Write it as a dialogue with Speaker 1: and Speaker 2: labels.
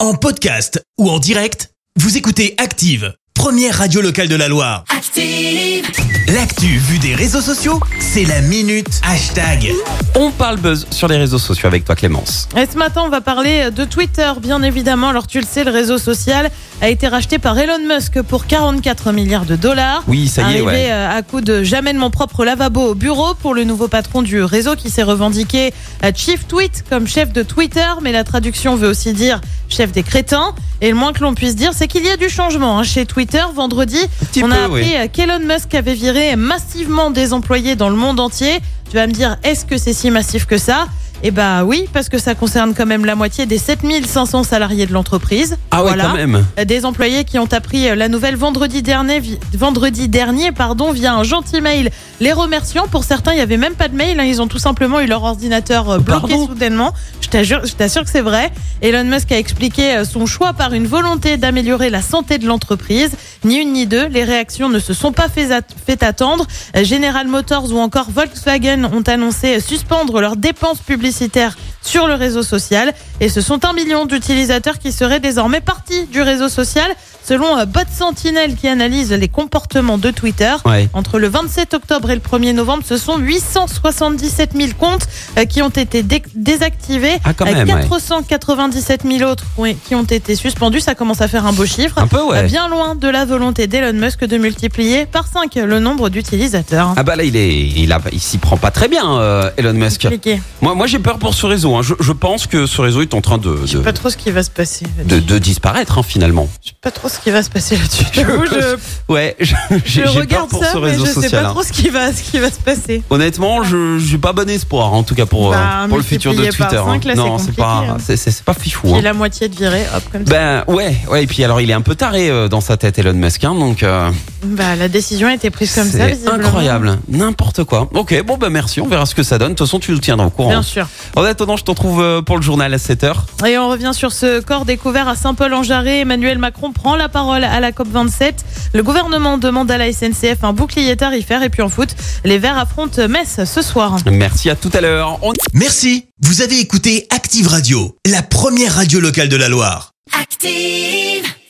Speaker 1: En podcast ou en direct, vous écoutez Active, première radio locale de la Loire.
Speaker 2: Active.
Speaker 1: L'actu vue des réseaux sociaux, c'est la minute hashtag.
Speaker 3: On parle buzz sur les réseaux sociaux avec toi Clémence.
Speaker 4: Et ce matin, on va parler de Twitter, bien évidemment. Alors, tu le sais, le réseau social a été racheté par Elon Musk pour 44 milliards de dollars.
Speaker 3: Oui, ça y est,
Speaker 4: Arrivé
Speaker 3: ouais.
Speaker 4: euh, à coup de jamais de mon propre lavabo au bureau pour le nouveau patron du réseau qui s'est revendiqué euh, Chief Tweet comme chef de Twitter, mais la traduction veut aussi dire chef des crétins. Et le moins que l'on puisse dire, c'est qu'il y a du changement hein. chez Twitter. Vendredi,
Speaker 3: petit
Speaker 4: on
Speaker 3: peu,
Speaker 4: a appris
Speaker 3: oui.
Speaker 4: euh, qu'Elon Musk avait viré massivement des employés dans le monde entier. Tu vas me dire, est-ce que c'est si massif que ça Eh bah oui, parce que ça concerne quand même la moitié des 7500 salariés de l'entreprise.
Speaker 3: Ah ouais,
Speaker 4: Voilà.
Speaker 3: quand même.
Speaker 4: Euh, Des employés qui ont appris euh, la nouvelle vendredi dernier, vi- vendredi dernier pardon, via un gentil mail les remerciant. Pour certains, il n'y avait même pas de mail. hein. Ils ont tout simplement eu leur ordinateur euh, bloqué
Speaker 3: Pardon
Speaker 4: soudainement. Je t'assure je t'assure que c'est vrai. Elon Musk a expliqué euh, son choix par une volonté d'améliorer la santé de l'entreprise. Ni une ni deux, les réactions ne se sont pas fait, at- fait attendre. Euh, General Motors ou encore Volkswagen ont annoncé euh, suspendre leurs dépenses publicitaires sur le réseau social. Et ce sont un million d'utilisateurs qui seraient désormais partis du réseau social, selon euh, Bot Sentinel qui analyse les comportements de Twitter.
Speaker 3: Ouais.
Speaker 4: Entre le 27 octobre et le 1er novembre, ce sont 877 000 comptes euh, qui ont été dé- désactivés.
Speaker 3: Ah, quand
Speaker 4: Euh,
Speaker 3: même, ouais.
Speaker 4: 497 000 autres oui, qui ont été suspendus. Ça commence à faire un beau chiffre.
Speaker 3: Un peu,
Speaker 4: Euh,
Speaker 3: Ah, ouais.
Speaker 4: Bien loin de la volonté d'Elon Musk de multiplier par 5 le nombre d'utilisateurs.
Speaker 3: Ah bah là, il est, il, a- il s'y prend pas très bien, euh, Elon Musk.
Speaker 4: Compliqué.
Speaker 3: Moi, moi j'ai peur pour ce réseau. hein. Je, je pense que ce réseau est en train de,
Speaker 4: Je sais
Speaker 3: de-
Speaker 4: pas trop ce qui va se passer.
Speaker 3: de- de disparaître hein, finalement.
Speaker 4: Je sais pas trop ce qui va se passer là-dessus. J'avoue, je,
Speaker 3: Ouais, je- j'ai j'ai
Speaker 4: je
Speaker 3: peur
Speaker 4: regarde
Speaker 3: pour
Speaker 4: ça,
Speaker 3: ce
Speaker 4: mais
Speaker 3: réseau
Speaker 4: je sais
Speaker 3: social.
Speaker 4: pas
Speaker 3: hein.
Speaker 4: trop ce qui va, ce qui va se passer.
Speaker 3: Honnêtement, je j'ai pas bon espoir, en tout cas pour, euh,
Speaker 4: Bah,
Speaker 3: pour le futur de
Speaker 4: multiplié par
Speaker 3: Twitter. hein.
Speaker 4: cinq, là, c'est
Speaker 3: non, c'est
Speaker 4: compliqué,
Speaker 3: pas,
Speaker 4: hein.
Speaker 3: c'est- c'est c'est pas fifou.
Speaker 4: Puis
Speaker 3: hein.
Speaker 4: la moitié de virée, hop, comme ça.
Speaker 3: Ben ouais, ouais. Et puis alors, il est un peu taré euh, dans sa tête, Elon Musk. hein, donc. euh,
Speaker 4: Bah, la décision a été prise comme ça,
Speaker 3: C'est
Speaker 4: visiblement.
Speaker 3: incroyable, n'importe quoi. Ok, bon ben merci, on verra ce que ça donne. De toute façon, tu nous tiendras au courant.
Speaker 4: Bien sûr.
Speaker 3: En attendant, je t'en trouve euh, pour le journal à 7h.
Speaker 4: Et on revient sur ce corps découvert à Saint-Paul-en-Jarret. Emmanuel Macron prend la parole à la COP27. Le gouvernement demande à la SNCF un bouclier tarifaire. Et puis en foot, les Verts affrontent Metz ce soir.
Speaker 3: Merci à tout à l'heure. On-
Speaker 1: Merci, vous avez écouté Active Radio, la première radio locale de la Loire.
Speaker 2: Active.